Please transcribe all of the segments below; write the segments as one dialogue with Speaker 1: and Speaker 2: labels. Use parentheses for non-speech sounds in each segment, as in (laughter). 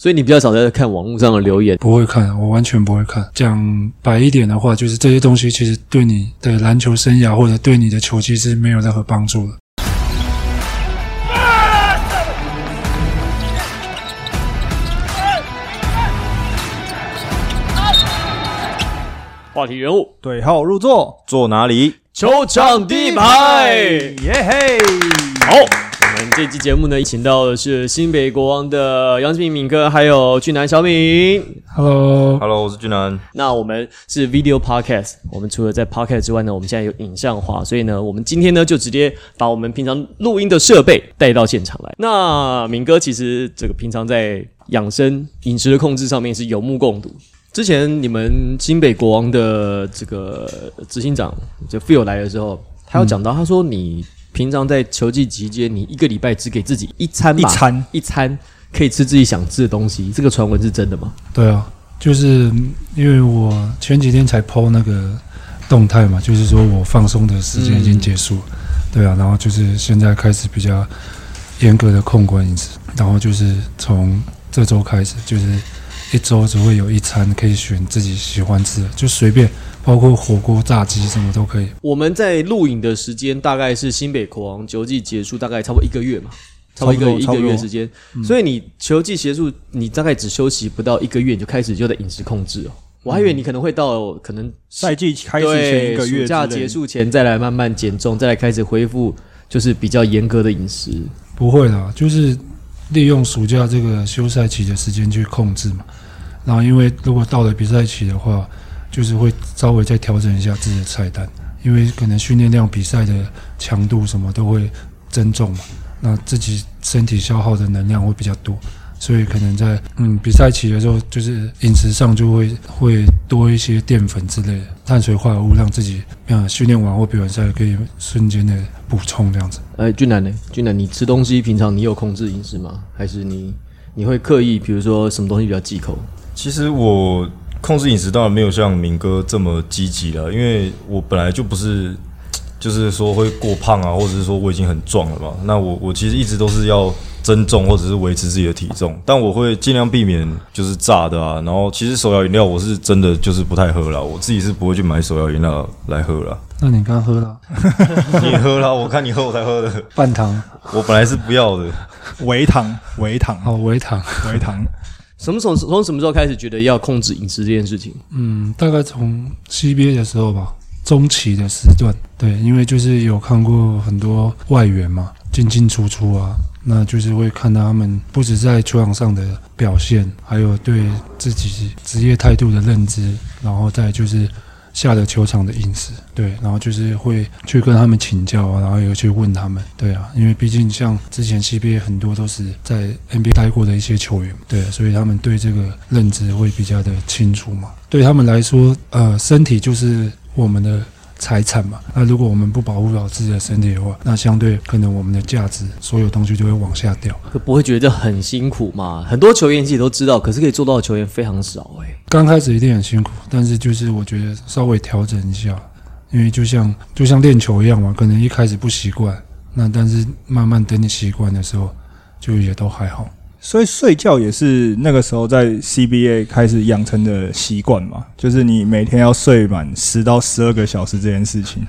Speaker 1: 所以你比较少在看网络上的留言。
Speaker 2: 不会看，我完全不会看。讲白一点的话，就是这些东西其实对你的篮球生涯或者对你的球技是没有任何帮助的。
Speaker 1: 话题人物，
Speaker 3: 对号入座，
Speaker 4: 坐哪里？
Speaker 1: 球场第一排。
Speaker 3: 耶嘿！
Speaker 1: 好，我们这期节目呢，请到的是新北国王的杨志明敏哥，还有俊男小敏。
Speaker 2: Hello，
Speaker 4: Hello，我是俊南。
Speaker 1: 那我们是 video podcast，我们除了在 podcast 之外呢，我们现在有影像化，所以呢，我们今天呢就直接把我们平常录音的设备带到现场来。那敏哥其实这个平常在养生、饮食的控制上面是有目共睹。之前你们新北国王的这个执行长就 Phil 来的时候，他有讲到，他说你平常在球季期间，你一个礼拜只给自己一餐吧，
Speaker 3: 一餐
Speaker 1: 一餐可以吃自己想吃的东西，这个传闻是真的吗？
Speaker 2: 对啊，就是嗯因为我前几天才 PO 那个动态嘛，就是说我放松的时间已经结束了，对啊，然后就是现在开始比较严格的控管饮食，然后就是从这周开始，就是一周只会有一餐可以选自己喜欢吃的，就随便，包括火锅、炸鸡什么都可以。
Speaker 1: 我们在录影的时间大概是新北国王球季结束，大概差不多一个月嘛，差不多一嗯个一
Speaker 3: 差不
Speaker 1: 个
Speaker 3: 多
Speaker 1: 月时间。所以你球季结束，你大概只休息不到一个月，你就开始就在饮食控制哦。我还以为你可能会到可能
Speaker 3: 赛季开始
Speaker 1: 对
Speaker 3: 前一个月，
Speaker 1: 暑假结，束前再来慢慢减重，再来开始恢复就是比较严格的饮食。
Speaker 2: 不会啦，就是利用暑假这个休赛期的时间去控制嘛。然后，因为如果到了比赛期的话，就是会稍微再调整一下自己的菜单，因为可能训练量、比赛的强度什么都会增重嘛，那自己身体消耗的能量会比较多，所以可能在嗯比赛期的时候，就是饮食上就会会多一些淀粉之类的碳水化合物，让自己嗯训练完或比完赛可以瞬间的补充这样子。
Speaker 1: 哎，俊南呢？俊南，你吃东西平常你有控制饮食吗？还是你你会刻意，比如说什么东西比较忌口？
Speaker 4: 其实我控制饮食当然没有像明哥这么积极了，因为我本来就不是，就是说会过胖啊，或者是说我已经很壮了嘛。那我我其实一直都是要增重或者是维持自己的体重，但我会尽量避免就是炸的啊。然后其实手摇饮料我是真的就是不太喝了，我自己是不会去买手摇饮料来喝了。
Speaker 2: 那你刚喝了
Speaker 4: 你也喝了，我看你喝我才喝的，
Speaker 2: 半糖，
Speaker 4: (laughs) 我本来是不要的。 (laughs)
Speaker 3: 微糖，微糖，
Speaker 2: 哦，微糖，
Speaker 3: 微糖，
Speaker 1: 什么从从什么时候开始觉得要控制饮食这件事情？
Speaker 2: 嗯，大概从 CBA 的时候吧，中期的时段，对，因为就是有看过很多外援嘛，进进出出啊，那就是会看到他们不止在球场上的表现，还有对自己职业态度的认知，然后再就是下了球场的饮食，对，然后就是会去跟他们请教啊，然后也会去问他们，对啊，因为毕竟像之前 CBA 很多都是在 NBA 待过的一些球员，对、啊所以他们对这个认知会比较的清楚嘛。对他们来说，呃，身体就是我们的财产嘛。那如果我们不保护好自己的身体的话，那相对可能我们的价值，所有东西就会往下掉。
Speaker 1: 可不会觉得很辛苦嘛？很多球员自己都知道，可是可以做到的球员非常少哎、
Speaker 2: 刚开始一定很辛苦，但是就是我觉得稍微调整一下，因为就像就像练球一样嘛，可能一开始不习惯，那但是慢慢等你习惯的时候，就也都还好。
Speaker 3: 所以睡觉也是那个时候在 CBA 开始养成的习惯嘛，就是你每天要睡满十到十二个小时这件事情。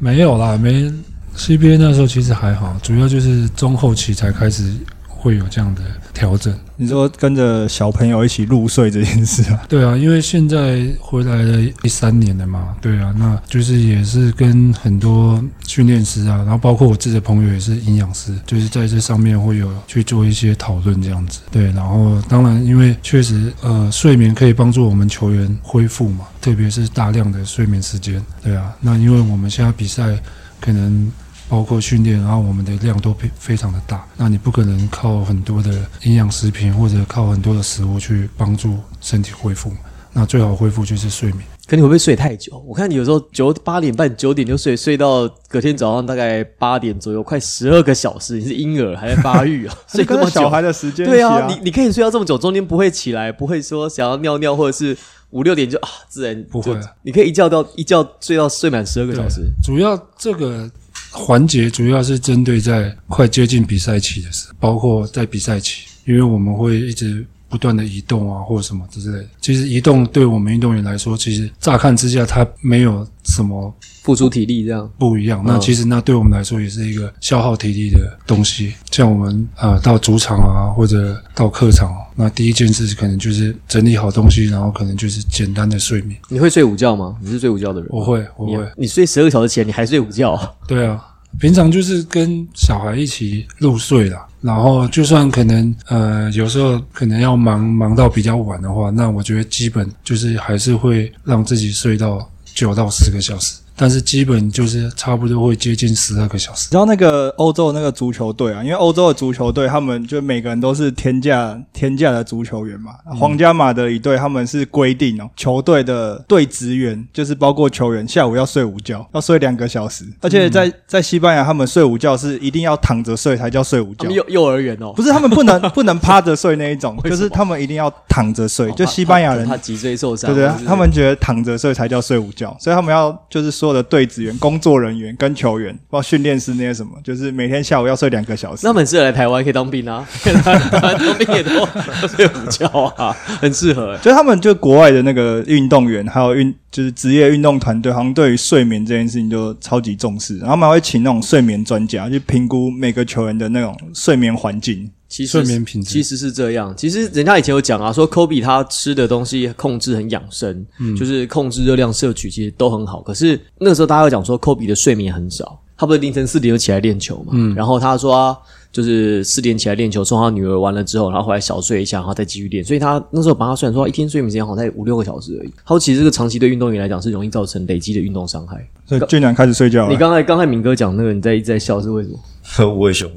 Speaker 2: 没有啦，没 CBA 那时候其实还好，主要就是中后期才开始会有这样的调整。
Speaker 3: 你说跟着小朋友一起入睡这件事啊，
Speaker 2: 对啊，因为现在回来了第三年了嘛，对啊，那就是也是跟很多训练师啊，然后包括我自己的朋友也是营养师，就是在这上面会有去做一些讨论这样子。对，然后当然因为确实呃，睡眠可以帮助我们球员恢复嘛，特别是大量的睡眠时间。对啊，那因为我们现在比赛可能。包括训练，然后我们的量都非非常的大，那你不可能靠很多的营养食品或者靠很多的食物去帮助身体恢复嘛。那最好恢复就是睡眠。
Speaker 1: 可你会不会睡太久？我看你有时候九八点半、九点就睡，睡到隔天早上大概八点左右，快十二个小时。你是婴儿还在发育
Speaker 3: (laughs)
Speaker 1: 啊？睡这
Speaker 3: 跟
Speaker 1: 么
Speaker 3: 着
Speaker 1: 久？
Speaker 3: 小孩的时间
Speaker 1: 对
Speaker 3: 一起
Speaker 1: 啊，你你可以睡到这么久，中间不会起来，不会说想要尿尿，或者是五六点就啊，自然
Speaker 2: 不会啊
Speaker 1: 就你可以一觉到一觉睡到睡满十二个小时。
Speaker 2: 主要这个环节主要是针对在快接近比赛期的时候，包括在比赛期，因为我们会一直不断的移动啊，或者什么之类的。其实移动对我们运动员来说，其实乍看之下它没有什么
Speaker 1: 付出体力这样。
Speaker 2: 不一样。那其实那对我们来说也是一个消耗体力的东西。像我们呃到主场啊，或者到客场，那第一件事可能就是整理好东西，然后可能就是简单的睡眠。
Speaker 1: 你会睡午觉吗？你是睡午觉的人吗？
Speaker 2: 我会，我
Speaker 1: 你
Speaker 2: 会，
Speaker 1: 你睡十二个小时前，你还睡午觉啊、
Speaker 2: 对啊。平常就是跟小孩一起入睡啦，然后就算可能呃有时候可能要忙忙到比较晚的话，那我觉得基本就是还是会让自己睡到九到十个小时，但是基本就是差不多会接近十二个小
Speaker 3: (laughs)
Speaker 2: 时。
Speaker 3: 你知道那个欧洲那个足球队啊，因为欧洲的足球队，他们就每个人都是天价天价的足球员嘛。
Speaker 1: 嗯
Speaker 3: 皇家马德里队他们是规定哦，球队的队职员就是包括球员，下午要睡午觉，要睡两个小时。而
Speaker 1: 嗯
Speaker 3: 且在、在西班牙，他们睡午觉是一定要躺着睡才叫睡 (laughs) 午
Speaker 1: 他
Speaker 3: 觉
Speaker 1: 们。 (laughs) 幼幼儿园哦，
Speaker 3: 不是他们不能 (laughs) 不能趴着睡那一种，
Speaker 1: 为什么哦
Speaker 3: 就是他们一定要躺着睡。就西班牙人
Speaker 1: 怕脊椎受伤，
Speaker 3: 对对啊
Speaker 1: 或者，是
Speaker 3: 他们觉得躺着睡才叫睡午觉，所以他们要就是所有的队职员、工作人员跟球员，包括训练师那些什么，就是每天下午要睡两个小时
Speaker 1: 那。他们很适合来台湾，可以当兵啊， (laughs) 当兵也都 (laughs) 睡午觉啊，很适合、欸。
Speaker 3: 就是他们就国外的那个运动员，还有运就是职业运动团队，好像对于睡眠这件事情就超级重视，然后他们还会请那种睡眠专家去评估每个球员的那种睡眠环境。
Speaker 1: 其实
Speaker 2: 睡眠品质
Speaker 1: 其实是这样，其实人家以前有讲啊，说科比他吃的东西控制很养生，
Speaker 2: 嗯
Speaker 1: 就是控制热量摄取，其实都很好。可是那个时候大家有讲说科比的睡眠很少，他不是凌晨四点就起来练球嘛，
Speaker 2: 嗯
Speaker 1: 然后他说、啊、就是四点起来练球，送他女儿完了之后，然后回来小睡一下，然后再继续练。所以他那时候把他算说一天睡眠时间好像才五六个小时而已。他说其实这个长期对运动员来讲是容易造成累积的运动伤害。
Speaker 3: 所以俊然开始睡觉
Speaker 1: 你
Speaker 3: 了。
Speaker 1: 刚才刚才明哥讲那个你在一直在笑是为什么？
Speaker 4: 无尾熊，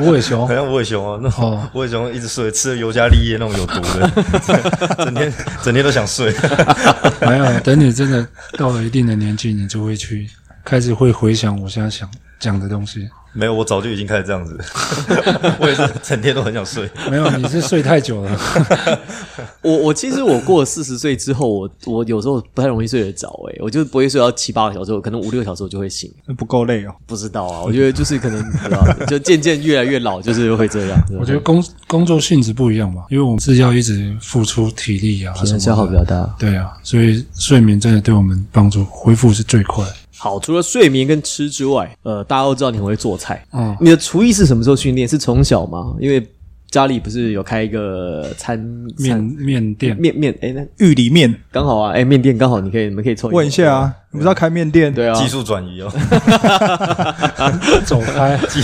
Speaker 2: 我也哦熊
Speaker 4: 好，像无尾熊啊，那种
Speaker 2: 哦
Speaker 4: 无尾熊一直睡，吃了尤加利叶那种有毒的， (laughs) 整天整天都想睡。 (laughs)
Speaker 2: (laughs) 没有，等你真的到了一定的年纪，你就会去开始会回想我现在想讲的东西。
Speaker 4: 没有，我早就已经开始这样子， (laughs) 我也是整天都很想睡。
Speaker 2: 没有，你是睡太久了。 (laughs)
Speaker 1: 我我其实我过了四十岁之后，我我有时候不太容易睡得着、欸，我就不会睡到七八个小时，我可能五六个小时我就会醒，
Speaker 3: 不够累哦，
Speaker 1: 不知道啊，我觉得就是可能不知道就渐渐越来越老，就是会这样。
Speaker 2: 我觉得工工作性质不一样吧，因为我们是要一直付出体力啊，
Speaker 1: 体能
Speaker 2: 什
Speaker 1: 消
Speaker 2: 么
Speaker 1: 耗
Speaker 2: 的
Speaker 1: 比较大。
Speaker 2: 对啊，所以睡眠真的对我们帮助恢复是最快。
Speaker 1: 好，除了睡眠跟吃之外，呃，大家都知道你很会做菜，
Speaker 2: 嗯，
Speaker 1: 你的厨艺是什么时候训练？是从小吗？因为家里不是有开一个餐
Speaker 2: 面
Speaker 1: 餐
Speaker 2: 面店
Speaker 1: 面面，哎、那
Speaker 3: 玉里面
Speaker 1: 刚好啊，哎、面店刚好，你可以你们可以凑
Speaker 3: 问一下，啊，你不是要开面店？
Speaker 1: 哦对啊，
Speaker 4: 技术转移哦， (laughs)
Speaker 2: 走开，
Speaker 4: 技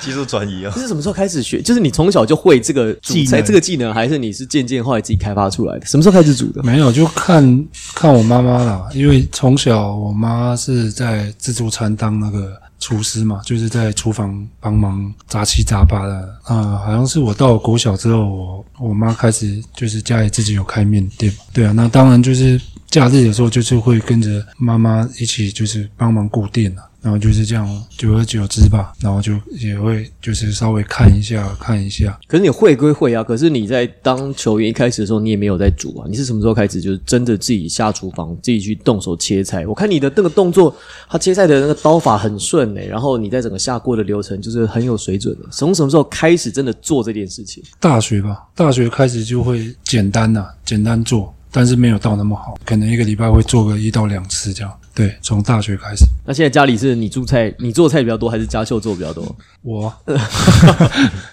Speaker 4: 技术转移
Speaker 1: (laughs)
Speaker 4: 哦。
Speaker 1: 这是什么时候开始学？就是你从小就会这个煮
Speaker 3: 技
Speaker 1: 菜
Speaker 3: 能
Speaker 1: 这个技能，还是你是渐渐后来自己开发出来的？什么时候开始煮的？
Speaker 2: 没有就看看我妈妈啦，因为从小我妈是在自助餐当那个厨师嘛，就是在厨房帮忙杂七杂八的啊、呃好像是我到国小之后，我我妈开始就是家里自己有开面店，对啊，那当然就是假日有时候就是会跟着妈妈一起就是帮忙顾店啊。然后就是这样，久而久之吧，然后就也会就是稍微看一下看一下，
Speaker 1: 可是你会归会啊，可是你在当球员一开始的时候，你也没有在煮啊。你是什么时候开始就是真的自己下厨房，自己去动手切菜？我看你的那个动作，他切菜的那个刀法很顺欸诶、然后你在整个下锅的流程就是很有水准的。从什么时候开始真的做这件事情？
Speaker 2: 大学吧，大学开始就会简单呐、简单做，但是没有到那么好，可能一个礼拜会做个一到两次这样。对，从大学开始，
Speaker 1: 那现在家里是你做菜，你做菜比较多，还是家秀做比较
Speaker 3: (laughs)
Speaker 1: 多？
Speaker 2: 我 (laughs)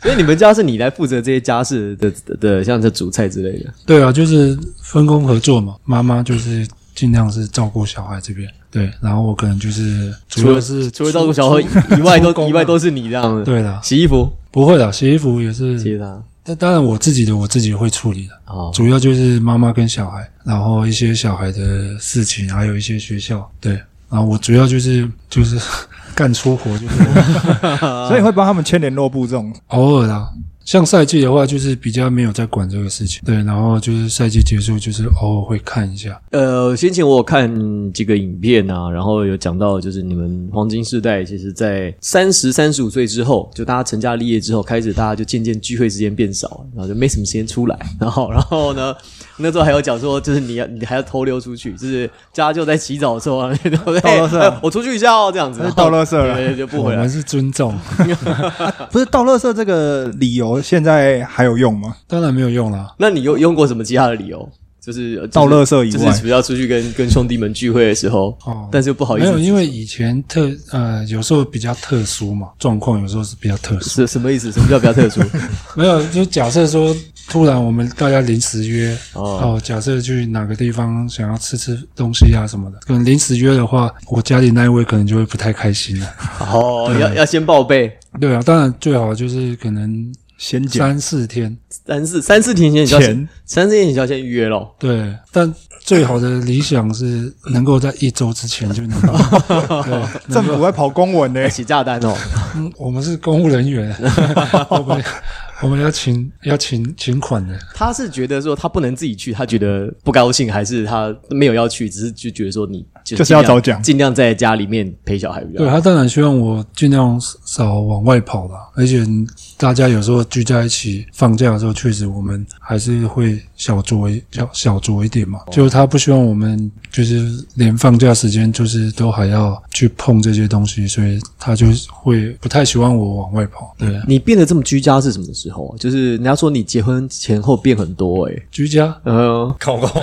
Speaker 1: 所以你们家是你来负责这些家事的的的，像这煮菜之类的。
Speaker 2: 对啊，就是分工合作嘛，妈妈就是尽量是照顾小孩这边，对，然后我可能就是主要是
Speaker 1: 除了照顾小孩以外都
Speaker 3: 啊
Speaker 1: 以外都是你这样的。
Speaker 2: 对啦，
Speaker 1: 洗衣服，
Speaker 2: 不会啦，洗衣服也
Speaker 3: 嗯
Speaker 2: 是，
Speaker 1: 谢他。
Speaker 2: 但当然我自己的我自己会处理的，
Speaker 1: 哦，
Speaker 2: 主要就是妈妈跟小孩，然后一些小孩的事情，还有一些学校，对，然后我主要就是就是 (laughs) 干粗活，就是 (laughs)
Speaker 1: 啊
Speaker 3: 所以会帮他们签联络部这种。
Speaker 2: 偶尔啦。像赛季的话，就是比较没有在管这个事情，对，然后就是赛季结束，就是偶尔会看一下，
Speaker 1: 呃，先前我有看几个影片啊，然后有讲到，就是你们黄金世代，其实在三十三十五岁之后，就大家成家立业之后，开始大家就渐渐聚会时间变少，然后就没什么时间出来，然后然后呢，那时候还有讲说，就是你要你还要偷溜出去，就是家就在洗澡的时候啊， (laughs) 对不对？
Speaker 3: 倒垃圾
Speaker 1: 哎我出去一下哦，这样子，
Speaker 3: 倒垃圾了
Speaker 1: 啊对，对就不
Speaker 2: 我
Speaker 1: (laughs) 回来啊
Speaker 2: 们。是尊重，
Speaker 3: 不是倒垃圾这个理由球现在还有用吗？
Speaker 2: 当然没有用啦。
Speaker 1: 那你有用过什么其他的理由？就是呃
Speaker 3: 到垃圾以
Speaker 1: 就是
Speaker 3: 外
Speaker 1: 就是比如要出去跟跟兄弟们聚会的时候，
Speaker 2: 哦，
Speaker 1: 但是又不好意
Speaker 2: 没
Speaker 1: 思，
Speaker 2: 有，因为以前特呃有时候比较特殊嘛，状况有时候是比较特殊。
Speaker 1: 是什么意思？什么叫比较特
Speaker 3: (laughs)
Speaker 1: 殊？
Speaker 2: 没有，就假设说突然我们大家临时约
Speaker 1: 哦
Speaker 2: 哦假设去哪个地方想要吃吃东西啊什么的，可能临时约的话，我家里那一位可能就会不太开心了。 (laughs)
Speaker 1: 哦，要要先报备，
Speaker 2: 对啊，当然最好就是可能
Speaker 3: 先讲
Speaker 2: 三四天，
Speaker 1: 三四三四天前你就要先
Speaker 3: 钱，
Speaker 1: 三四天前你就要先预约咯。
Speaker 2: 对，但最好的理想是能够在一周之前就能到。对，
Speaker 3: (laughs) 政府在跑公文呢、 (laughs)
Speaker 1: 写炸弹哦，
Speaker 2: 嗯我们是公务人员， (laughs) 我们我们要请要请请款的。
Speaker 1: 他是觉得说他不能自己去，他觉得不高兴，还是他没有要去，只是就觉得说你就
Speaker 3: 就是
Speaker 1: 尽量
Speaker 3: 要早讲
Speaker 1: 尽量在家里面陪小孩比较
Speaker 2: 对
Speaker 1: 好。
Speaker 2: 他当然希望我尽量少往外跑啦，而且大家有时候聚在一起放假的时候，确实我们还是会小酌一小小酌一点嘛。就是他不希望我们就是连放假时间就是都还要去碰这些东西，所以他就会不太希望我往外跑。
Speaker 3: 啊
Speaker 2: 对，
Speaker 1: 你变得这么居家是什么时候啊？就是人家说你结婚前后变很多欸诶、
Speaker 2: 居家
Speaker 1: 嗯，
Speaker 4: 靠靠，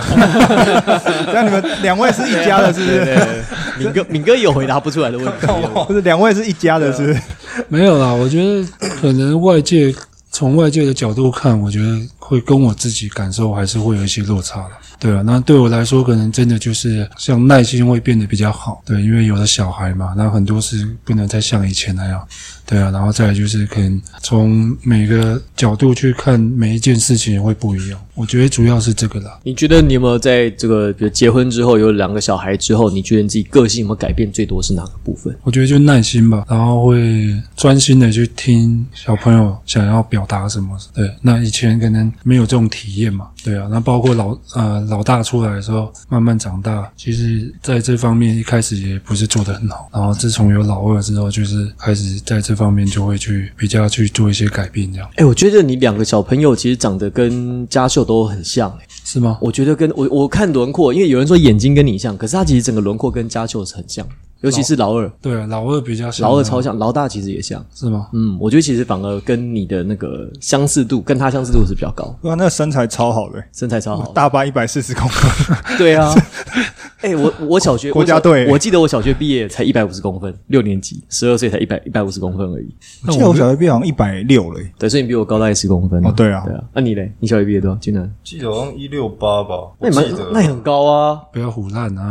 Speaker 3: 那你们两位是一家的，是不
Speaker 1: 对
Speaker 3: 是？
Speaker 1: 对
Speaker 3: 哦
Speaker 1: 对，敏哥敏哥也有回答不出来的问
Speaker 3: (laughs)
Speaker 1: 题。
Speaker 3: 不是两位是一家的，是不是？
Speaker 2: (laughs) 没有啦，我觉得可能外界从外界的角度看，我觉得会跟我自己感受还是会有一些落差的。对啊，那对我来说，可能真的就是像耐心会变得比较好，对，因为有了小孩嘛，那很多事不能再像以前那样，对啊，然后再来就是可能从每个角度去看每一件事情会不一样，我觉得主要是这个啦。
Speaker 1: 你觉得你有没有在这个比如结婚之后有两个小孩之后，你觉得你自己个性有没有改变最多是哪个部分？
Speaker 2: 我觉得就耐心吧，然后会专心的去听小朋友想要表达什么。对，那以前可能没有这种体验嘛，对啊。那包括老呃老大出来的时候，慢慢长大，其实在这方面一开始也不是做得很好。然后自从有老二之后，就是开始在这方面就会去比较去做一些改变，这样
Speaker 1: 哎、我觉得你两个小朋友其实长得跟嘉秀都很像、欸，
Speaker 2: 是吗？
Speaker 1: 我觉得跟我我看轮廓，因为有人说眼睛跟你像，可是他其实整个轮廓跟嘉秀是很像，尤其是老二，
Speaker 2: 对啊，老二比较小，
Speaker 1: 老二超像，老大其实也像。
Speaker 2: 是吗？
Speaker 1: 嗯，我觉得其实反而跟你的那个相似度，跟他相似度是比较高，
Speaker 3: 哇，那身材超好的、
Speaker 1: 身材超好。
Speaker 3: 大巴一百四十公分， (laughs)
Speaker 1: 对啊， (laughs) 哎、我我小学
Speaker 3: 国家
Speaker 1: 我小
Speaker 3: 队
Speaker 1: 我记得我小学毕业才一百五十公分，六年级，十二岁才一百一百五十公分而已。
Speaker 3: 我记得我小学毕业好像一百六了、欸。
Speaker 1: 对，所以你比我高大概十公分、
Speaker 3: 哦对啊
Speaker 1: 对啊。那、你嘞？你小学毕业多少？君南？
Speaker 4: 记得好像一六八吧，
Speaker 1: 那
Speaker 4: 我
Speaker 1: 你蛮
Speaker 4: 记得
Speaker 1: 那也很高啊。
Speaker 2: 不要胡乱啊！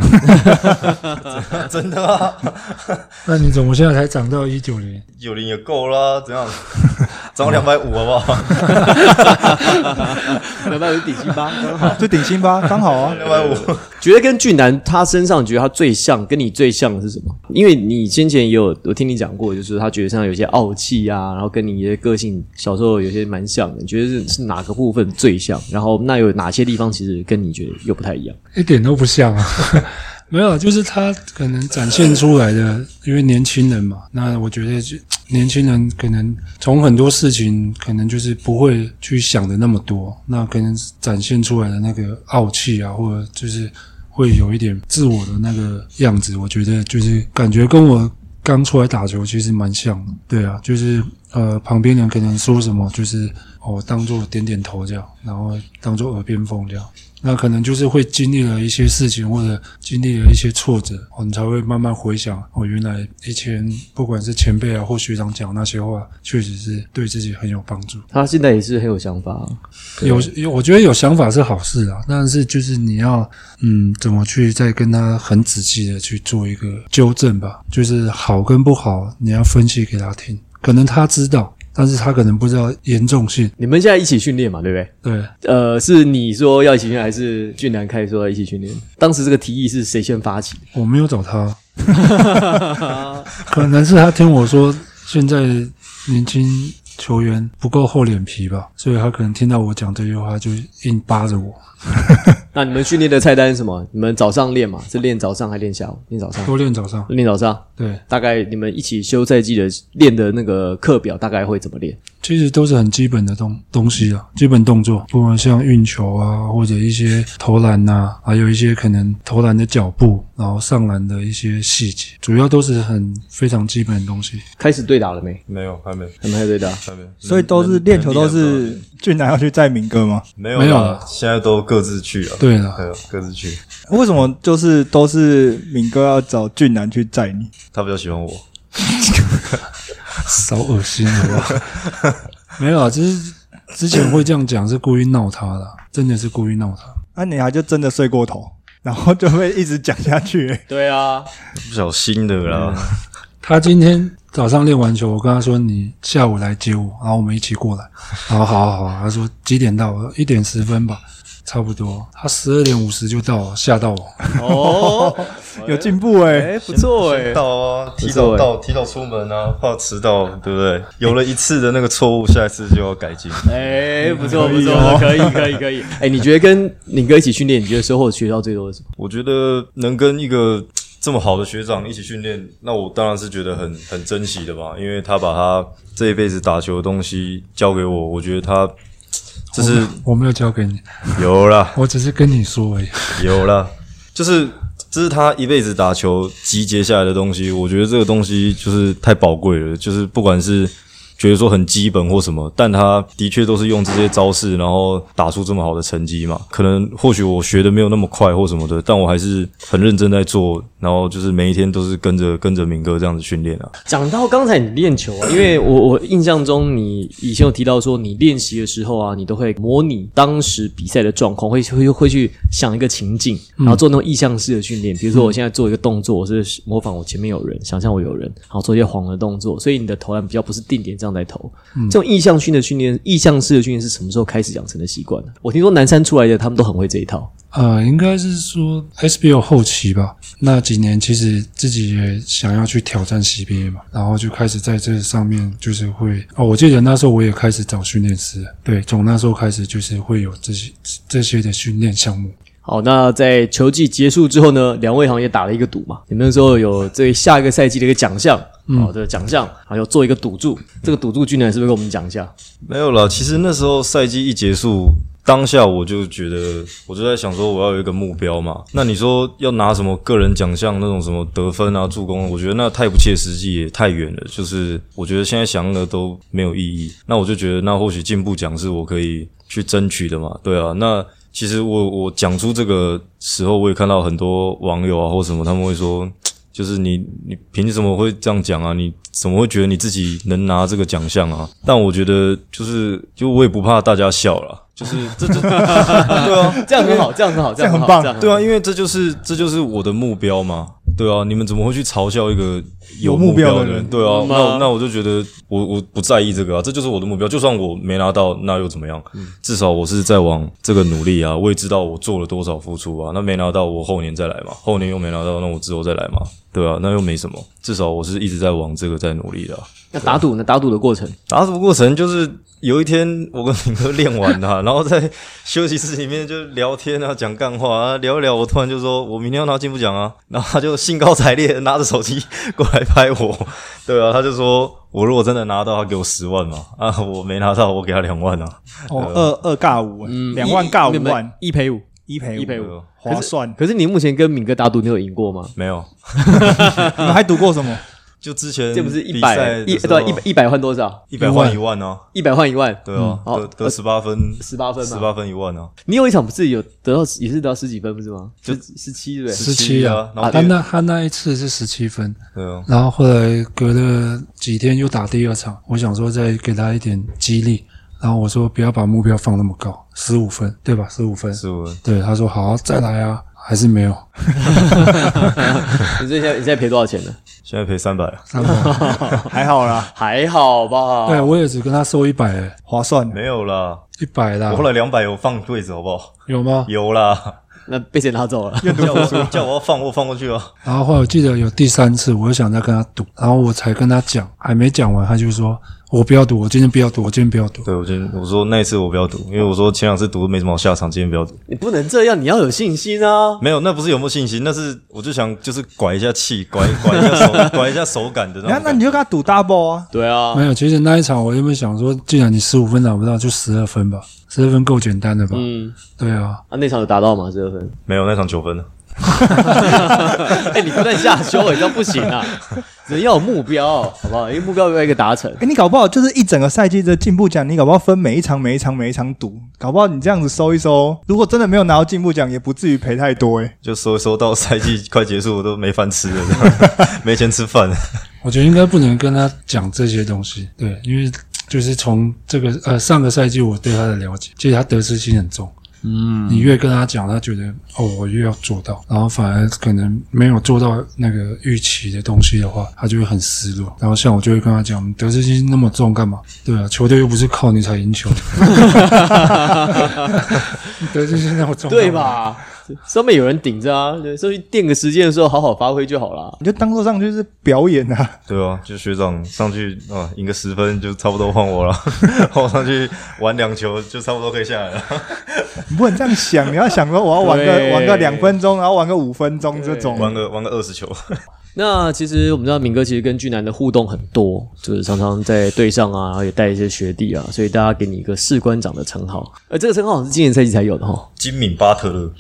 Speaker 2: (laughs)
Speaker 4: (laughs) 真的啊，
Speaker 2: 那你怎么现在才长到一九零？
Speaker 4: 有零也够啦，怎样？涨两百五好不
Speaker 1: (laughs)
Speaker 4: 好？
Speaker 1: 没办法，底薪 (laughs) 吧。
Speaker 3: 就顶薪 (laughs) 吧，刚好啊。
Speaker 4: 两百五，
Speaker 1: 觉得跟俊男他身上，你觉得他最像，跟你最像的是什么？因为你先前也有我听你讲过，就是他觉得身上有一些傲气啊，然后跟你一些个性小时候有些蛮像的。你觉得是是哪个部分最像？然后那有哪些地方其实跟你觉得又不太一样？
Speaker 2: 一点都不像啊。 (laughs) 没有，就是他可能展现出来的，因为年轻人嘛，那我觉得就年轻人可能从很多事情可能就是不会去想的那么多，那可能展现出来的那个傲气啊，或者就是会有一点自我的那个样子，我觉得就是感觉跟我刚出来打球其实蛮像的，对啊，就是呃，旁边人可能说什么，就是哦，当做点点头这样，然后当做耳边风这样。那可能就是会经历了一些事情，或者经历了一些挫折，哦，你才会慢慢回想，哦，原来以前不管是前辈啊或学长讲那些话，确实是对自己很有帮助。
Speaker 1: 他现在也是很有想法、
Speaker 2: 有有，我觉得有想法是好事啊，但是就是你要，嗯，怎么去再跟他很仔细的去做一个纠正吧，就是好跟不好，你要分析给他听。可能他知道，但是他可能不知道严重性。
Speaker 1: 你们现在一起训练嘛，对不对？
Speaker 2: 对，
Speaker 1: 呃，是你说要一起训练，还是俊男开始说要一起训练？当时这个提议是谁先发起的？
Speaker 2: 我没有找他，可能是他听我说现在年轻球员不够厚脸皮吧，所以他可能听到我讲这句话就硬扒着我。
Speaker 1: 那你们训练的菜单是什么？你们早上练嘛？是练早上还练下午？练早上，
Speaker 2: 多练早上。
Speaker 1: 练早上。
Speaker 2: 对，
Speaker 1: 大概你们一起休赛季的练的那个课表，大概会怎么练？
Speaker 2: 其实都是很基本的东东西啊，基本动作，不管像运球啊，或者一些投篮呐、还有一些可能投篮的脚步，然后上篮的一些细节，主要都是很非常基本的东西。
Speaker 1: 开始对打了没？
Speaker 4: 没有，还没，
Speaker 1: 还没有对打。
Speaker 4: 还没。
Speaker 3: 所以都是练球都是俊男要去载明哥吗？
Speaker 4: 没有
Speaker 2: 没有
Speaker 4: 了
Speaker 1: 啊
Speaker 2: 了，
Speaker 4: 现在都各自去了。
Speaker 2: 对了，
Speaker 4: 对，啊各自去。
Speaker 3: 为什么就是都是敏哥要找俊男去载你？
Speaker 4: 他比较喜欢我，
Speaker 2: 少恶心了吧？没有啊，只是之前会这样讲是故意闹他的，真的是故意闹他。
Speaker 3: 那、啊你还就真的睡过头，然后就会一直讲下去、欸
Speaker 1: 对啊，
Speaker 4: 不小心的
Speaker 1: 嗯
Speaker 4: 啦。
Speaker 2: 他今天早上练完球，我跟他说你下午来接我，然后我们一起过来。然后好好好，他说几点到？我说一点十分吧，差不多。他十二点五十就到了，吓到我。
Speaker 3: (laughs)
Speaker 1: 哦，
Speaker 3: 有进步哎、
Speaker 1: 哎，不错哎，
Speaker 4: 到啊，提
Speaker 1: 错
Speaker 4: 早
Speaker 1: 欸
Speaker 4: 到，提早出门啊，怕迟到，对不对？有了一次的那个错误，下一次就要改进。
Speaker 1: 哎，不错
Speaker 3: 可
Speaker 1: 不
Speaker 3: 以
Speaker 1: 错
Speaker 3: 哦，
Speaker 1: 可以可以可以。 (laughs) 哎，你觉得跟敏哥一起训练，你觉得收获学到最多的是什么？
Speaker 4: 我觉得能跟一个这么好的学长一起训练，那我当然是觉得很很珍惜的吧，因为他把他这一辈子打球的东西交给我，我觉得他这是
Speaker 2: 我没有交给你，
Speaker 4: 有啦
Speaker 2: 我只是跟你说而已。
Speaker 4: 有啦，就是这是他一辈子打球集结下来的东西，我觉得这个东西就是太宝贵了，就是不管是。觉得说很基本或什么，但他的确都是用这些招式，然后打出这么好的成绩嘛。可能或许我学的没有那么快或什么的，但我还是很认真在做，然后就是每一天都是跟着跟着明哥这样子训练啊。
Speaker 1: 讲到刚才你练球啊，因为我我印象中你以前有提到说，你练习的时候啊，你都会模拟当时比赛的状况，会会会去想一个情境，然后做那种意向式的训练。比如说，我现在做一个动作，我是模仿我前面有人，想象我有人，然后做一些晃的动作，所以你的投篮比较不是定点这样在投。这种意向训的训练，意向式的训练是什么时候开始养成的习惯呢？我听说南山出来的他们都很会这一套。
Speaker 2: 呃，应该是说 SBL 后期吧，那几年其实自己也想要去挑战 CBA 嘛，然后就开始在这上面就是会哦，我记得那时候我也开始找训练师，对，从那时候开始就是会有这些这些的训练项目。
Speaker 1: 好，那在球季结束之后呢，两位好像也打了一个赌嘛。你们那时候有这下一个赛季的一个奖项，
Speaker 3: 嗯
Speaker 1: 好的奖项，还有做一个赌注。这个赌注君呢，是不是跟我们讲一下？ (laughs)
Speaker 4: 没有啦，其实那时候赛季一结束，当下我就觉得，我就在想说，我要有一个目标嘛。那你说要拿什么个人奖项那种什么得分啊、助攻，我觉得那太不切实际，也太远了。就是我觉得现在想的都没有意义。那我就觉得，那或许进步奖是我可以去争取的嘛。对啊，那。其实我我讲出这个时候，我也看到很多网友啊或什么，他们会说，就是你你凭什么会这样讲啊？你怎么会觉得你自己能拿这个奖项啊？但我觉得就是就我也不怕大家笑啦，就是这这对啊
Speaker 1: 这样很好，这样很好，这样
Speaker 3: 样很
Speaker 1: 好
Speaker 3: 棒
Speaker 1: 这样
Speaker 4: 对啊，因为这就是这就是我的目标嘛。对啊，你们怎么会去嘲笑一个有
Speaker 3: 有目标
Speaker 4: 标
Speaker 3: 的人
Speaker 4: 对啊
Speaker 1: 嗯，
Speaker 4: 那
Speaker 1: 啊
Speaker 4: 我那我就觉得我我不在意这个啊，这就是我的目标。就算我没拿到，那又怎么样？
Speaker 3: 嗯
Speaker 4: 至少我是在往这个努力啊。我也知道我做了多少付出啊。那没拿到，我后年再来嘛。后年又没拿到，那我之后再来嘛。对啊，那又没什么。至少我是一直在往这个在努力的啊、
Speaker 1: 那打赌呢？打赌的过程，
Speaker 4: 打赌过程就是有一天我跟明哥练完了、 (laughs) 然后在休息室里面就聊天啊，讲干话啊，聊一聊，我突然就说我明天要拿进步奖啊，然后他就兴高采烈地拿着手机过来拍我，对啊，他就说我如果真的拿到，他给我十万嘛， (laughs) 啊，我没拿到，我给他两万啊，
Speaker 3: 哦，二二尬五、欸，两、万
Speaker 1: 一
Speaker 3: 尬
Speaker 1: 你
Speaker 3: 五
Speaker 1: 们
Speaker 3: 万，
Speaker 1: 一赔五。
Speaker 3: 一赔
Speaker 1: 嗯一赔五
Speaker 4: 对啊
Speaker 3: 划算。
Speaker 1: 可是你目前跟敏哥打赌，你有赢过吗？
Speaker 4: 没有，
Speaker 3: 你们还赌过什么？
Speaker 4: 就之前
Speaker 1: 这不是一
Speaker 4: 比
Speaker 1: 百
Speaker 4: 赛
Speaker 1: 一对啊一百一百换多少？
Speaker 4: 一百换一万哦、
Speaker 1: 一百换一万，嗯
Speaker 4: 对啊，
Speaker 1: 好呃
Speaker 4: 得得十八分，
Speaker 1: 十八分
Speaker 4: 十
Speaker 1: 嘛。
Speaker 4: 八分一万哦、
Speaker 1: 你有一场不是有得到也是得到十几分不是吗？就十七对不对。
Speaker 4: 17
Speaker 2: 17
Speaker 4: 啊然后
Speaker 2: 他
Speaker 4: 第
Speaker 2: 那他那一次是十七分，
Speaker 4: 啊，对啊，
Speaker 2: 然后后来隔了几天又打第二场，我想说再给他一点激励，然后我说不要把目标放那么高，十五分对吧？十五分，
Speaker 4: 十五分，
Speaker 2: 对，他说好再来啊，还是没有，
Speaker 1: 你这现在你现在赔多少钱呢？
Speaker 4: 现在赔三百，啊
Speaker 2: 三百，
Speaker 3: (laughs) 还好啦，
Speaker 1: 还好
Speaker 2: 对
Speaker 4: 哦
Speaker 1: 吧？
Speaker 2: 哎我也只跟他收一百，
Speaker 3: 划算。
Speaker 4: 没有啦，
Speaker 2: 一百啦
Speaker 4: 我，后来两百有放对子好不好？
Speaker 2: 有吗？
Speaker 4: (laughs) 有啦，
Speaker 1: 那被谁拿走了？
Speaker 4: 叫
Speaker 3: 啊
Speaker 4: 我叫我要放我放过去啊！
Speaker 2: 然后后来我记得有第三次，我又想再跟他赌，然后我才跟他讲，还没讲完，他就说我不要赌，我今天不要赌，我今天不要赌。
Speaker 4: 对，我今天我说那一次我不要赌，因为我说前两次赌没什么好下场，今天不要赌。
Speaker 1: 你不能这样，你要有信心啊！
Speaker 4: 没有，那不是有没有信心，那是我就想就是拐一下气，拐拐一下手， (laughs) 拐一下手感的那种
Speaker 3: 那
Speaker 4: 感觉。
Speaker 3: 那你就跟他赌 double 啊，
Speaker 1: 对啊，
Speaker 2: 没有，其实那一场我原本想说，既然你十五分拿不到，就十二分吧，十二分够简单的吧？
Speaker 1: 嗯，
Speaker 2: 对啊，
Speaker 1: 啊，那场有达到吗？十二
Speaker 3: (laughs)
Speaker 1: 分？
Speaker 4: 没有那场九分了，
Speaker 1: 哎、你不能下修，你这样不行啊！人要有目标，好不好？因为目标要有一个达成。
Speaker 3: 哎，你搞不好就是一整个赛季的进步奖，你搞不好分每一场、每一场、每一场赌，搞不好你这样子收一收，如果真的没有拿到进步奖，也不至于赔太多哎、
Speaker 4: 就收一收到赛季快结束，我都没饭吃了， (laughs) 这样没钱吃饭。
Speaker 2: 我觉得应该不能跟他讲这些东西，对，因为就是从这个呃上个赛季我对他的了解，其实他得失心很重。嗯，你越跟他讲，他觉得哦，我越要做到，然后反而可能没有做到那个预期的东西的话，他就会很失落。然后像我就会跟他讲，得失心那么重干嘛？对啊，球队又不是靠你才赢球，得失心那么重，
Speaker 1: 对？吧？上面有人顶着啊，对所以定个时间的时候好好发挥就好了。
Speaker 3: 你就当做上去是表演啊，
Speaker 4: 对啊，就学长上去啊，赢个十分就差不多换我了， (laughs) 我上去玩两球就差不多可以下来了。
Speaker 3: 你不能这样想，你要想说我要玩
Speaker 1: 对
Speaker 3: 个玩个两分钟，然后玩个五分钟这种，
Speaker 4: 玩个玩个二十球，
Speaker 1: 那其实我们知道，明哥其实跟俊男的互动很多，就是常常在队上啊，然后也带一些学弟啊，所以大家给你一个士官长的称号。而这个称号好像是今年赛季才有的哈。
Speaker 4: 金敏巴特勒，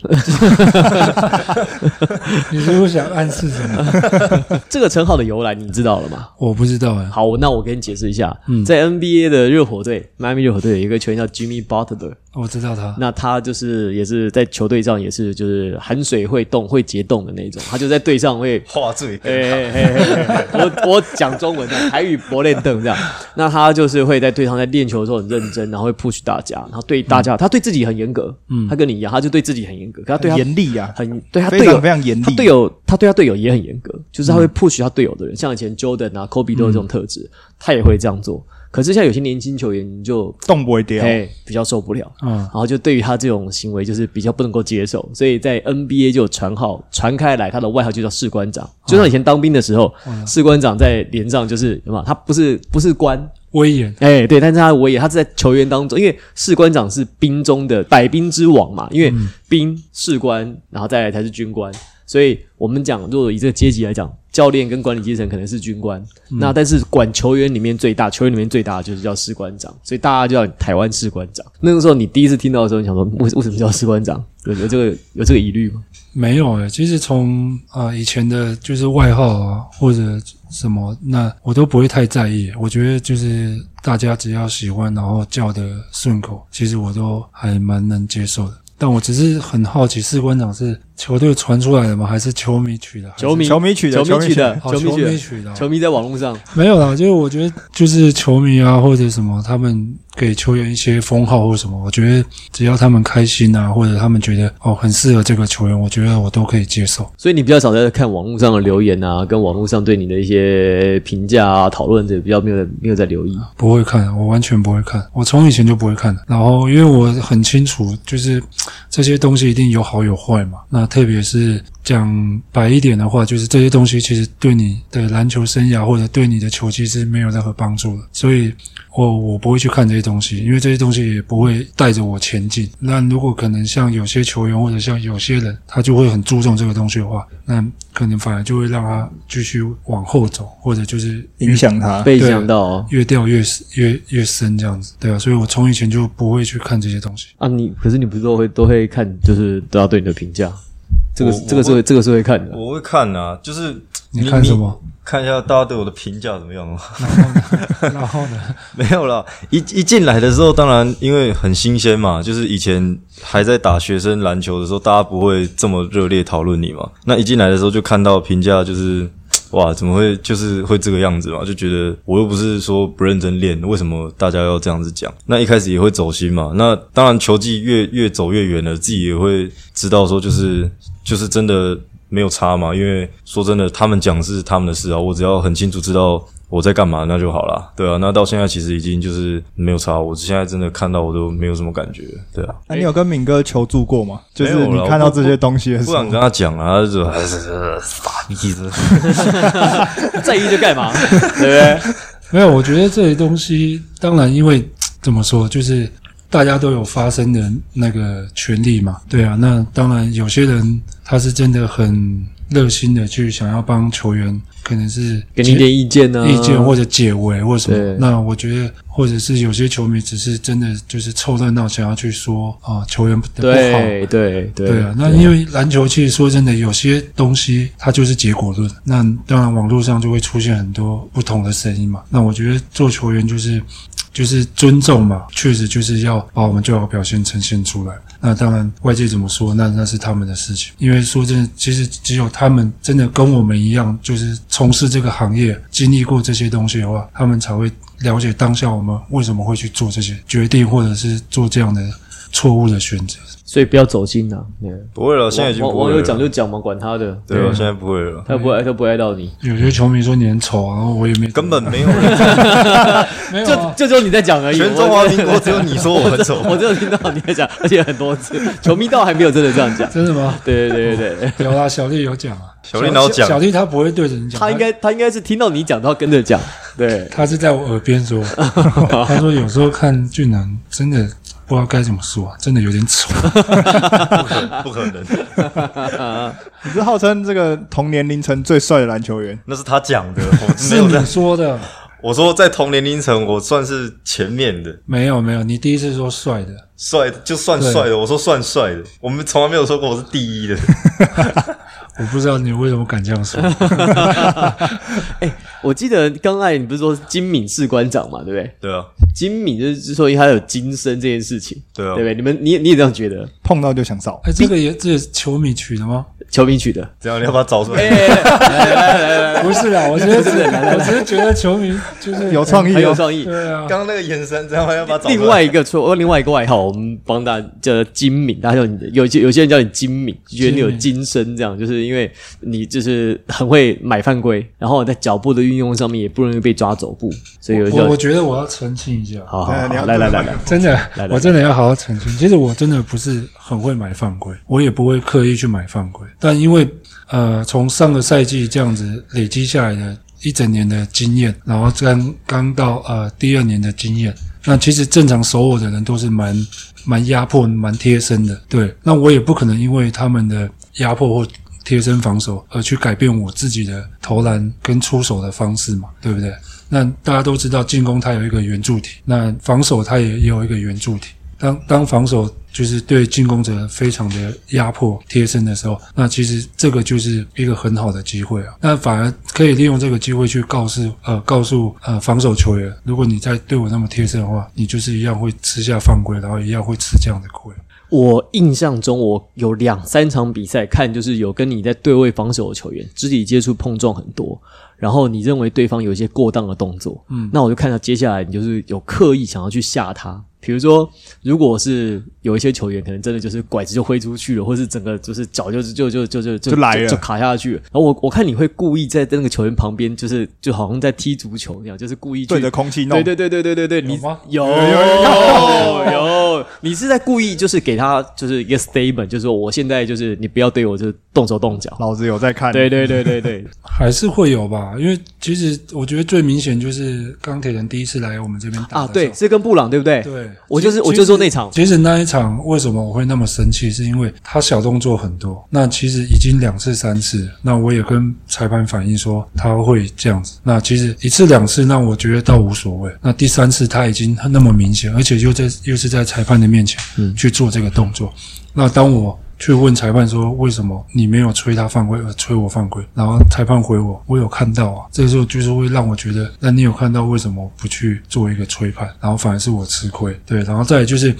Speaker 2: 你是不是想暗示什么？
Speaker 1: 这个称号的由来你知道了吗？
Speaker 2: 我不知道哎、
Speaker 1: 好，那我给你解释一下，在 NBA 的热火队，迈阿密热火队有一个球员叫 Jimmy Butler，
Speaker 2: 我知道他，
Speaker 1: 那他就是也是在球队上也是就是含水会动会结冻的那种，他就在队上会
Speaker 4: 画最
Speaker 1: (laughs) 哎哎哎 (laughs) 哎哎我我讲中文啊的，台语博练凳这样。那他就是会在队上在练球的时候很认真，然后会 push 大家，然后对大家，他对自己很严格，嗯，他跟你一样，他就对自己很严格，可他对他
Speaker 3: 严厉啊， (laughs)
Speaker 1: 很对他
Speaker 3: 非
Speaker 1: 队友
Speaker 3: 常非常严厉嗯
Speaker 1: 他队友他对他队友也很严格，就是他会 push 他队友的人，像以前 Jordan 啊、Kobe 都有这种特质，他也会这样做。可是像有些年轻球员你就
Speaker 3: 动不会掉。
Speaker 1: 哎，比较受不了，
Speaker 2: 嗯
Speaker 1: 然后就对于他这种行为就是比较不能够接受，所以在 NBA 就有传号传开来，他的外号就叫士官长。就
Speaker 3: 嗯
Speaker 1: 像以前当兵的时候，士官长在连上就是什么，他不是不是官，
Speaker 2: 威严，
Speaker 1: 哎，对，但是他我也他是在球员当中，因为士官长是兵中的百兵之王嘛，因为兵、士官，然后再来才是军官。所以我们讲，如果以这个阶级来讲，教练跟管理阶层可能是军官，那但是管球员里面最大，球员里面最大的就是叫士官长，所以大家就叫台湾士官长。那个时候你第一次听到的时候，你想说为为什么叫士官长？有有这个有这个疑虑吗？
Speaker 2: 没有诶、其实从啊、呃以前的就是外号啊或者什么，那我都不会太在意。我觉得就是大家只要喜欢，然后叫的顺口，其实我都还蛮能接受的。但我只是很好奇，士官长是球队传出来的吗？还是球迷取的？还是
Speaker 1: 球迷
Speaker 3: 球迷取的
Speaker 1: 球迷取的
Speaker 2: 哦
Speaker 1: 球迷
Speaker 2: 球
Speaker 1: 取
Speaker 2: 迷
Speaker 1: 的
Speaker 2: 取的哦
Speaker 1: 球迷在网络上
Speaker 2: 没有啦，就是我觉得就是球迷啊或者什么，他们给球员一些封号或什么，我觉得只要他们开心啊，或者他们觉得哦很适合这个球员，我觉得我都可以接受。
Speaker 1: 所以你比较少在看网络上的留言啊，跟网络上对你的一些评价啊、讨论，这比较没有没有在留意。
Speaker 2: 不会看，我完全不会看，我从以前就不会看的。然后因为我很清楚，就是嘖这些东西一定有好有坏嘛。那特别是讲白一点的话，就是这些东西其实对你的篮球生涯或者对你的球技是没有任何帮助的。所以我我不会去看这些东西，因为这些东西也不会带着我前进。那如果可能像有些球员或者像有些人，他就会很注重这个东西的话，那可能反而就会让他继续往后走，或者就是
Speaker 3: 影响他，
Speaker 1: 被影响到哦
Speaker 2: 越掉越越越深这样子，对啊，所以我从以前就不会去看这些东西。
Speaker 1: 啊，你可是你不是都会都会看，就是大家对你的评价，这个
Speaker 4: 我
Speaker 1: 是这个是
Speaker 4: 我
Speaker 1: 会这个是会看的。
Speaker 4: 我会看啊，就是
Speaker 2: 你看
Speaker 1: (laughs)
Speaker 2: 什么？
Speaker 4: 看一下大家对我的评价怎么样啊？
Speaker 2: 然后呢？
Speaker 4: (laughs) 没有啦，一一进来的时候，当然因为很新鲜嘛，就是以前还在打学生篮球的时候，大家不会这么热烈讨论你嘛。那一进来的时候就看到评价就是。哇，怎么会就是会这个样子嘛？就觉得我又不是说不认真练，为什么大家要这样子讲？那一开始也会走心嘛。那当然，球技越越走越远了，自己也会知道说，就是就是真的没有差嘛。因为说真的，他们讲是他们的事啊，我只要很清楚知道我在干嘛，那就好啦。对啊，那到现在其实已经就是没有差，我现在真的看到我都没有什么感觉，对啊。
Speaker 3: 那、你有跟敏哥求助过吗？就是
Speaker 4: 没有
Speaker 3: 你
Speaker 4: 啦
Speaker 3: 看到这些东西的时
Speaker 4: 不
Speaker 3: 候
Speaker 4: 敢，跟他讲啊，他就傻逼子，
Speaker 1: 在意就干嘛？对不对？
Speaker 2: (laughs) 没有，我觉得这些东西，当然因为怎么说，就是大家都有发声的那个权利嘛，对啊。那当然，有些人他是真的很热心的去想要帮球员，可能是
Speaker 1: 给你一点意见呢、啊
Speaker 2: 意见或者解围或什
Speaker 1: 对
Speaker 2: 么。那我觉得，或者是有些球迷只是真的就是凑热闹，想要去说啊、球员的不好。
Speaker 1: 对对对
Speaker 2: 对啊，那因为篮球其实说真的，有些东西它就是结果论。那当然，网络上就会出现很多不同的声音嘛。那我觉得做球员就是就是尊重嘛，确实就是要把我们最好的表现呈现出来。那当然，外界怎么说，那那是他们的事情。因为说真的，其实只有他们真的跟我们一样，就是从事这个行业，经历过这些东西的话，他们才会了解当下我们为什么会去做这些决定，或者是做这样的错误的选择。
Speaker 1: 所以不要走心呐、啊对
Speaker 4: (laughs) 不会了，现在已经
Speaker 1: 网
Speaker 4: 不
Speaker 1: 网
Speaker 4: 会
Speaker 1: 友
Speaker 4: 了。
Speaker 1: 讲就嗯讲嘛，管他的，
Speaker 4: 对吧？啊现在不会了，
Speaker 1: 他不
Speaker 2: 嗯
Speaker 1: 会他不会爱到你，
Speaker 2: 有些球迷说你很丑啊，然后我也没
Speaker 4: 根本没有。
Speaker 2: 没有、
Speaker 1: 就
Speaker 2: 啊，
Speaker 1: 就只有你在讲而已。
Speaker 4: 全中华民国只有你说我很丑。
Speaker 1: 我，我只有听到你在讲，而且很多次，球迷倒还没有真的这样讲。
Speaker 2: 真的吗？
Speaker 1: 对对对对，
Speaker 2: 有啦，小丽有讲啊，
Speaker 4: 小丽哪有讲
Speaker 2: 小丽她不会对着你讲，
Speaker 1: 他应该他应该是听到你讲，他跟着讲。对，
Speaker 2: 她是在我耳边说，她说有时候看俊男真的不知道该怎么说、啊，真的有点丑。
Speaker 4: 不可能，
Speaker 3: 你是号称这个同年龄层最帅的篮球员，
Speaker 4: 那是他讲的，我没
Speaker 2: 是
Speaker 4: 有在
Speaker 2: 你。说的，
Speaker 4: 我说在同年龄层，我算是前面的
Speaker 2: 没有没有，你第一次说帅的，
Speaker 4: 帅，就算帅的。我说算帅的，我们从来没有说过我是第一的。
Speaker 2: 我不知道你为什么敢这样说。
Speaker 1: 我记得刚爱你不是说金敏士官长嘛，对不对？
Speaker 4: 对啊，
Speaker 1: 金敏就是之所以他有金身这件事情，
Speaker 4: 对啊
Speaker 1: 对不对？你们你也你也这样觉得？
Speaker 3: 碰到就想扫。
Speaker 2: 哎，这个也这也是球迷取的吗？
Speaker 1: 球迷取的，
Speaker 4: 这样你要把它找出来。
Speaker 1: 哎
Speaker 2: 不是啊，我觉得是，我只是觉得球迷就是
Speaker 3: 有创意
Speaker 1: 很有
Speaker 3: 哦，
Speaker 1: 创意。
Speaker 2: 对啊，
Speaker 4: (laughs) 刚刚那个眼神，这样要把它找出来。
Speaker 1: 另外一个错，另外一个外号，我们帮大家叫金敏，大家叫你有些有些人叫你金敏，就觉得你有金身，这样就是因为你就是很会买犯规，然后在脚步的运用上面也不容易被抓走步，所以有人
Speaker 2: 我
Speaker 1: 叫
Speaker 2: 我觉得我要澄清一下，
Speaker 1: 好好
Speaker 3: 哎你
Speaker 1: 好，
Speaker 3: 要
Speaker 1: 来来
Speaker 3: 对
Speaker 1: 来
Speaker 3: 麦
Speaker 1: 来，
Speaker 2: 真的
Speaker 1: 来，
Speaker 2: 我真的要好好澄清。其实我真的不是很会买犯规，我也不会刻意去买犯规。但因为呃，从上个赛季这样子累积下来的一整年的经验，然后刚刚到呃第二年的经验，那其实正常守我的人都是蛮蛮压迫、蛮贴身的。对，那我也不可能因为他们的压迫或贴身防守而去改变我自己的投篮跟出手的方式嘛，对不对？那大家都知道，进攻它有一个圆柱体，那防守它也也有一个圆柱体。当当防守就是对进攻者非常的压迫贴身的时候，那其实这个就是一个很好的机会啊。那反而可以利用这个机会去告诉呃告诉呃防守球员，如果你再对我那么贴身的话，你就是一样会吃下犯规，然后一样会吃这样的亏。
Speaker 1: 我印象中，我有两三场比赛看，就是有跟你在对位防守的球员肢体接触碰撞很多，然后你认为对方有一些过当的动作，嗯，那我就看到接下来你就是有刻意想要去吓他。比如说，如果是有一些球员可能真的就是拐子就挥出去了，或是整个就是脚就是就就就就就
Speaker 3: 就来了
Speaker 1: 就卡下去了。然后我我看你会故意在那个球员旁边，就是就好像在踢足球一样，就是故意去
Speaker 3: 对着空气弄。
Speaker 1: 对对对对对对对，你
Speaker 2: 有吗
Speaker 1: 有
Speaker 3: 有
Speaker 1: 有有，你是在故意就是给他就是一个 statement，就是说我现在就是你不要对我就是动手动脚。
Speaker 3: 老子有在看。
Speaker 1: 对对对对对，
Speaker 2: 还是会有吧，因为其实我觉得最明显就是钢铁人第一次来我们这边
Speaker 1: 啊，
Speaker 2: 打的时
Speaker 1: 对，
Speaker 2: 候
Speaker 1: 是跟布朗对不对？
Speaker 2: 对，
Speaker 1: 我就是
Speaker 2: 其实
Speaker 1: 我就说那场
Speaker 2: 其实那一场为什么我会那么生气，是因为他小动作很多。那其实已经两次三次，那我也跟裁判反映说他会这样子。那其实一次两次，那我觉得倒无所谓。那第三次他已经那么明显，而且又在又是在裁判的面前
Speaker 1: 嗯
Speaker 2: 去做这个动作。那当我去问裁判说为什么你没有吹他犯规，而吹我犯规，然后裁判回我，我有看到啊。这个时候就是会让我觉得，那你有看到为什么不去做一个吹判，然后反而是我吃亏，对。然后再来就是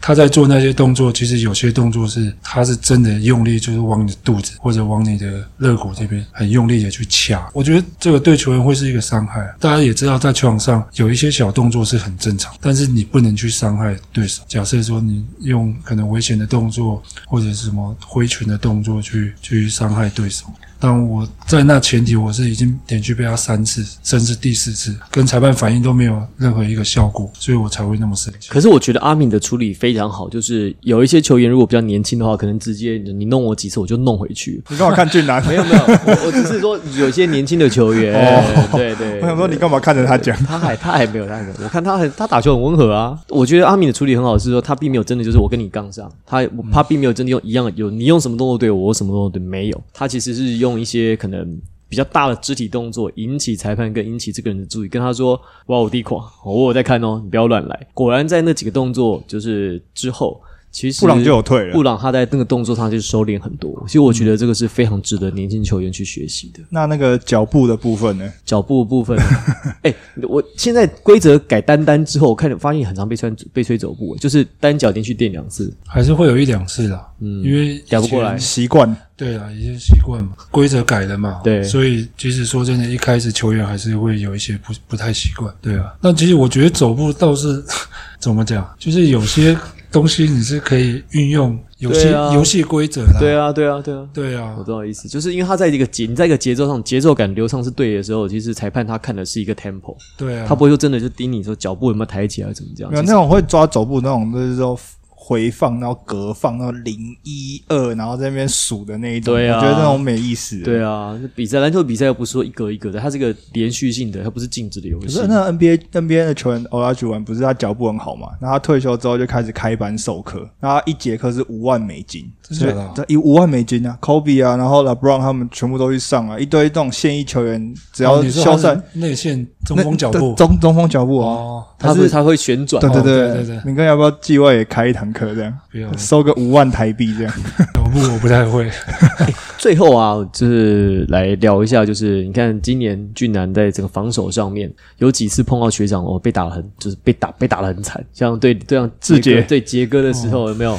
Speaker 2: 他在做那些动作，其实有些动作是他是真的用力，就是往你的肚子或者往你的肋骨这边很用力的去掐。我觉得这个对球员会是一个伤害。啊大家也知道，在球场上有一些小动作是很正常，但是你不能去伤害对手。假设说你用可能危险的动作，或者什么挥拳的动作去去伤害对手。但我在那前提，我是已经连续被他三次，甚至第四次，跟裁判反应都没有任何一个效果，所以我才会那么生气。
Speaker 1: 可是我觉得阿敏的处理非常好，就是有一些球员如果比较年轻的话，可能直接你弄我几次我就弄回去。
Speaker 3: 你干嘛看俊男？
Speaker 1: 没有没有，我我只是说有些年轻的球员，
Speaker 3: 哦
Speaker 1: 对对，
Speaker 3: (laughs) 我想说你
Speaker 1: 对
Speaker 3: 干嘛看着他讲？
Speaker 1: 他还他还没有，他还没有。我看他很他打球很温和啊。我觉得阿敏的处理很好，是说他并没有真的就是我跟你杠上，他他并没有真的用一样有你用什么动作对我，我什么动作对没有。他其实是用一些可能比较大的肢体动作引起裁判跟引起这个人的注意，跟他说：“哇，我地垮，我有在看哦，你不要乱来。”果然在那几个动作就是之后。其实
Speaker 3: 布朗就有退了
Speaker 1: 布朗他在那个动作上就收敛很多。其实我觉得这个是非常值得年轻球员去学习的。
Speaker 3: 那那个脚步的部分呢？
Speaker 1: 脚步的部分， (laughs) 哎、我现在规则改单单之后，我看发现很常被穿被吹走步，欸就是单脚连续垫两次，
Speaker 2: 还是会有一两次啦，因为
Speaker 1: 改嗯不过来
Speaker 2: 以前
Speaker 3: 习惯
Speaker 2: 对啊，已经习惯嘛，规则改了嘛，
Speaker 1: 对
Speaker 2: 所以其实说真的，一开始球员还是会有一些不不太习惯，对啊。那其实我觉得走步倒是 (laughs) 怎么讲，就是有些东西你是可以运用游戏
Speaker 1: 对啊
Speaker 2: 游戏规则啦，
Speaker 1: 对啊，对啊，对啊。
Speaker 2: 对啊
Speaker 1: 我，知道意思，就是因为他在一个节，你在一个节奏上，节奏感流畅是对的时候，其实裁判他看的是一个 tempo，
Speaker 2: 对啊，
Speaker 1: 他不会说真的就盯你说脚步有没有抬起来怎么这样。
Speaker 3: 嗯没有
Speaker 1: 其
Speaker 3: 那
Speaker 1: 实
Speaker 3: 种会抓走步那种，就是说回放，然后隔放，然后零一二，然后在那边数的那一种，
Speaker 1: 对啊
Speaker 3: 我觉得那种没意思。
Speaker 1: 对啊，那比赛篮球比赛又不是说一格一格的，它是个连续性的，它不是静止的游
Speaker 3: 可
Speaker 1: 戏
Speaker 3: 是。那 NBA NBA 的球员欧拉举完，不是他脚步很好嘛？然后他退休之后就开始开班授课，然后他一节课是五万美金，
Speaker 2: 真的假的啊
Speaker 3: 这一五万美金啊，Kobe 啊，然后 LeBron 他们全部都去上啊，一堆这种现役球员，只
Speaker 2: 哦
Speaker 3: 要
Speaker 2: 你说
Speaker 3: 休
Speaker 2: 他是
Speaker 3: 赛
Speaker 2: 内线中
Speaker 3: 那
Speaker 2: 锋脚
Speaker 3: 对 (laughs)
Speaker 2: 步
Speaker 3: 中中锋脚步啊，
Speaker 2: 哦，
Speaker 1: 它
Speaker 3: 它
Speaker 1: 不
Speaker 3: 是
Speaker 1: 是它会旋转
Speaker 3: 对，对
Speaker 2: 哦对对对
Speaker 3: 你哥要不要计划也开一堂课这样？
Speaker 2: 不要
Speaker 3: 收个五万台币这样，
Speaker 2: 脚步我不太会，
Speaker 1: 最后啊，就是来聊一下，就是你看今年俊男在整个防守上面有几次碰到学长，哦、被打得很，就是被打被打得很惨。像对对像
Speaker 3: 志杰
Speaker 1: 对嗯杰哥的时候，有没有？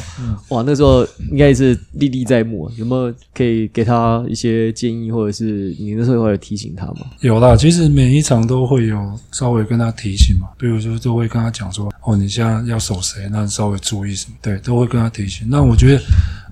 Speaker 1: 哇，那时候应该是历历在目、啊。有没有可以给他一些建议，或者是你那时候会有提醒他吗？
Speaker 2: 有啦，其实每一场都会有稍微跟他提醒嘛，比如说都会跟他讲说，哦，你现在要守谁，那你稍微注意什么，对，都会跟他提醒。那我觉得，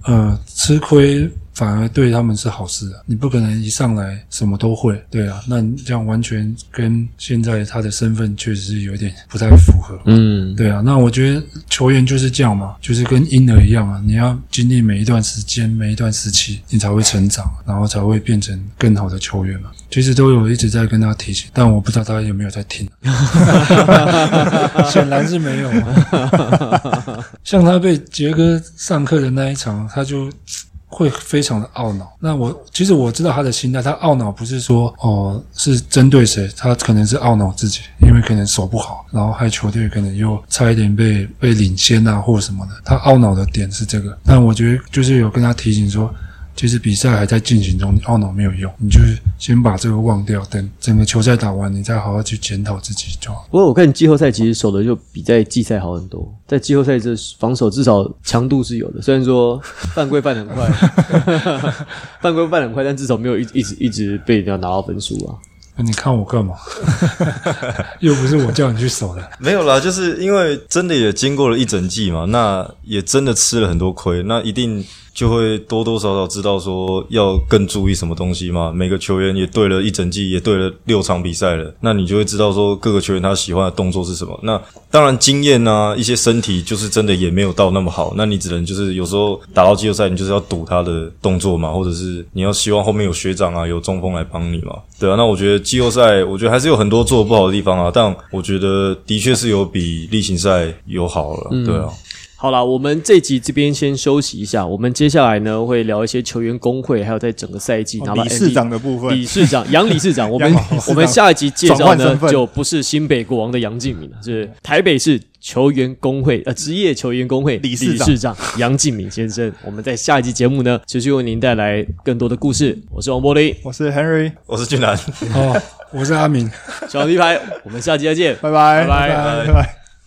Speaker 2: 呃，吃亏反而对他们是好事啊，你不可能一上来什么都会，对啊，那你这样完全跟现在他的身份确实是有点不太符合。
Speaker 1: 嗯，
Speaker 2: 对啊，那我觉得球员就是这样嘛，就是跟婴儿一样啊，你要经历每一段时间、每一段时期，你才会成长，然后才会变成更好的球员嘛。其实都有一直在跟他提醒，但我不知道他有没有在听，啊显然是没有嘛。像他被杰哥上课的那一场，他就。会非常的懊恼。那我其实我知道他的心态，他懊恼不是说哦是针对谁，他可能是懊恼自己，因为可能手不好，然后害球队可能又差一点被被领先啊或什么的。他懊恼的点是这个，但我觉得就是有跟他提醒说。其实比赛还在进行中，你懊恼没有用，你就是先把这个忘掉，等整个球赛打完，你再好好去检讨自己就
Speaker 1: (laughs)
Speaker 2: 好。
Speaker 1: 不过我看季后赛其实守的就比在季赛好很多，在季后赛这防守至少强度是有的，虽然说犯规犯得很快， (laughs) 犯规犯得很快，但至少没有一一直一直被人家拿到分数啊。
Speaker 2: 那你看我干嘛？又不是我叫你去守的。
Speaker 4: 没有啦，就是因为真的也经过了一整季嘛，那也真的吃了很多亏，那一定就会多多少少知道说要更注意什么东西嘛。每个球员也对了一整季，也对了六场比赛了，那你就会知道说各个球员他喜欢的动作是什么。那当然经验啊，一些身体就是真的也没有到那么好，那你只能就是有时候打到季后赛，你就是要赌他的动作嘛，或者是你要希望后面有学长啊、有中锋来帮你嘛，对啊。那我觉得季后赛，我觉得还是有很多做得不好的地方啊，但我觉得的确是有比例行赛有好了，对啊。
Speaker 1: 好啦，我们这集这边先休息一下，我们接下来呢会聊一些球员工会，还有在整个赛季拿到
Speaker 3: 哦理事
Speaker 1: MVP
Speaker 3: 长的部分
Speaker 1: 理事长杨理
Speaker 3: (laughs)
Speaker 1: 事长，我们
Speaker 3: 杨理事长
Speaker 1: 我们下一集介
Speaker 3: 转
Speaker 1: 绍
Speaker 3: 换
Speaker 1: 呢
Speaker 3: 身份
Speaker 1: 就不是新北国王的杨敬敏了，是台北市球员工会呃职业球员工会
Speaker 3: 理事长
Speaker 1: 杨敬敏先生。我们在下一集节目呢持续为您带来更多的故事。我是王柏林，
Speaker 3: 我是 Henry，
Speaker 4: 我是俊南，
Speaker 2: 哦，我是阿明。
Speaker 1: 小皮牌，我们下集再见，
Speaker 3: 拜拜
Speaker 1: 拜拜
Speaker 3: 拜拜。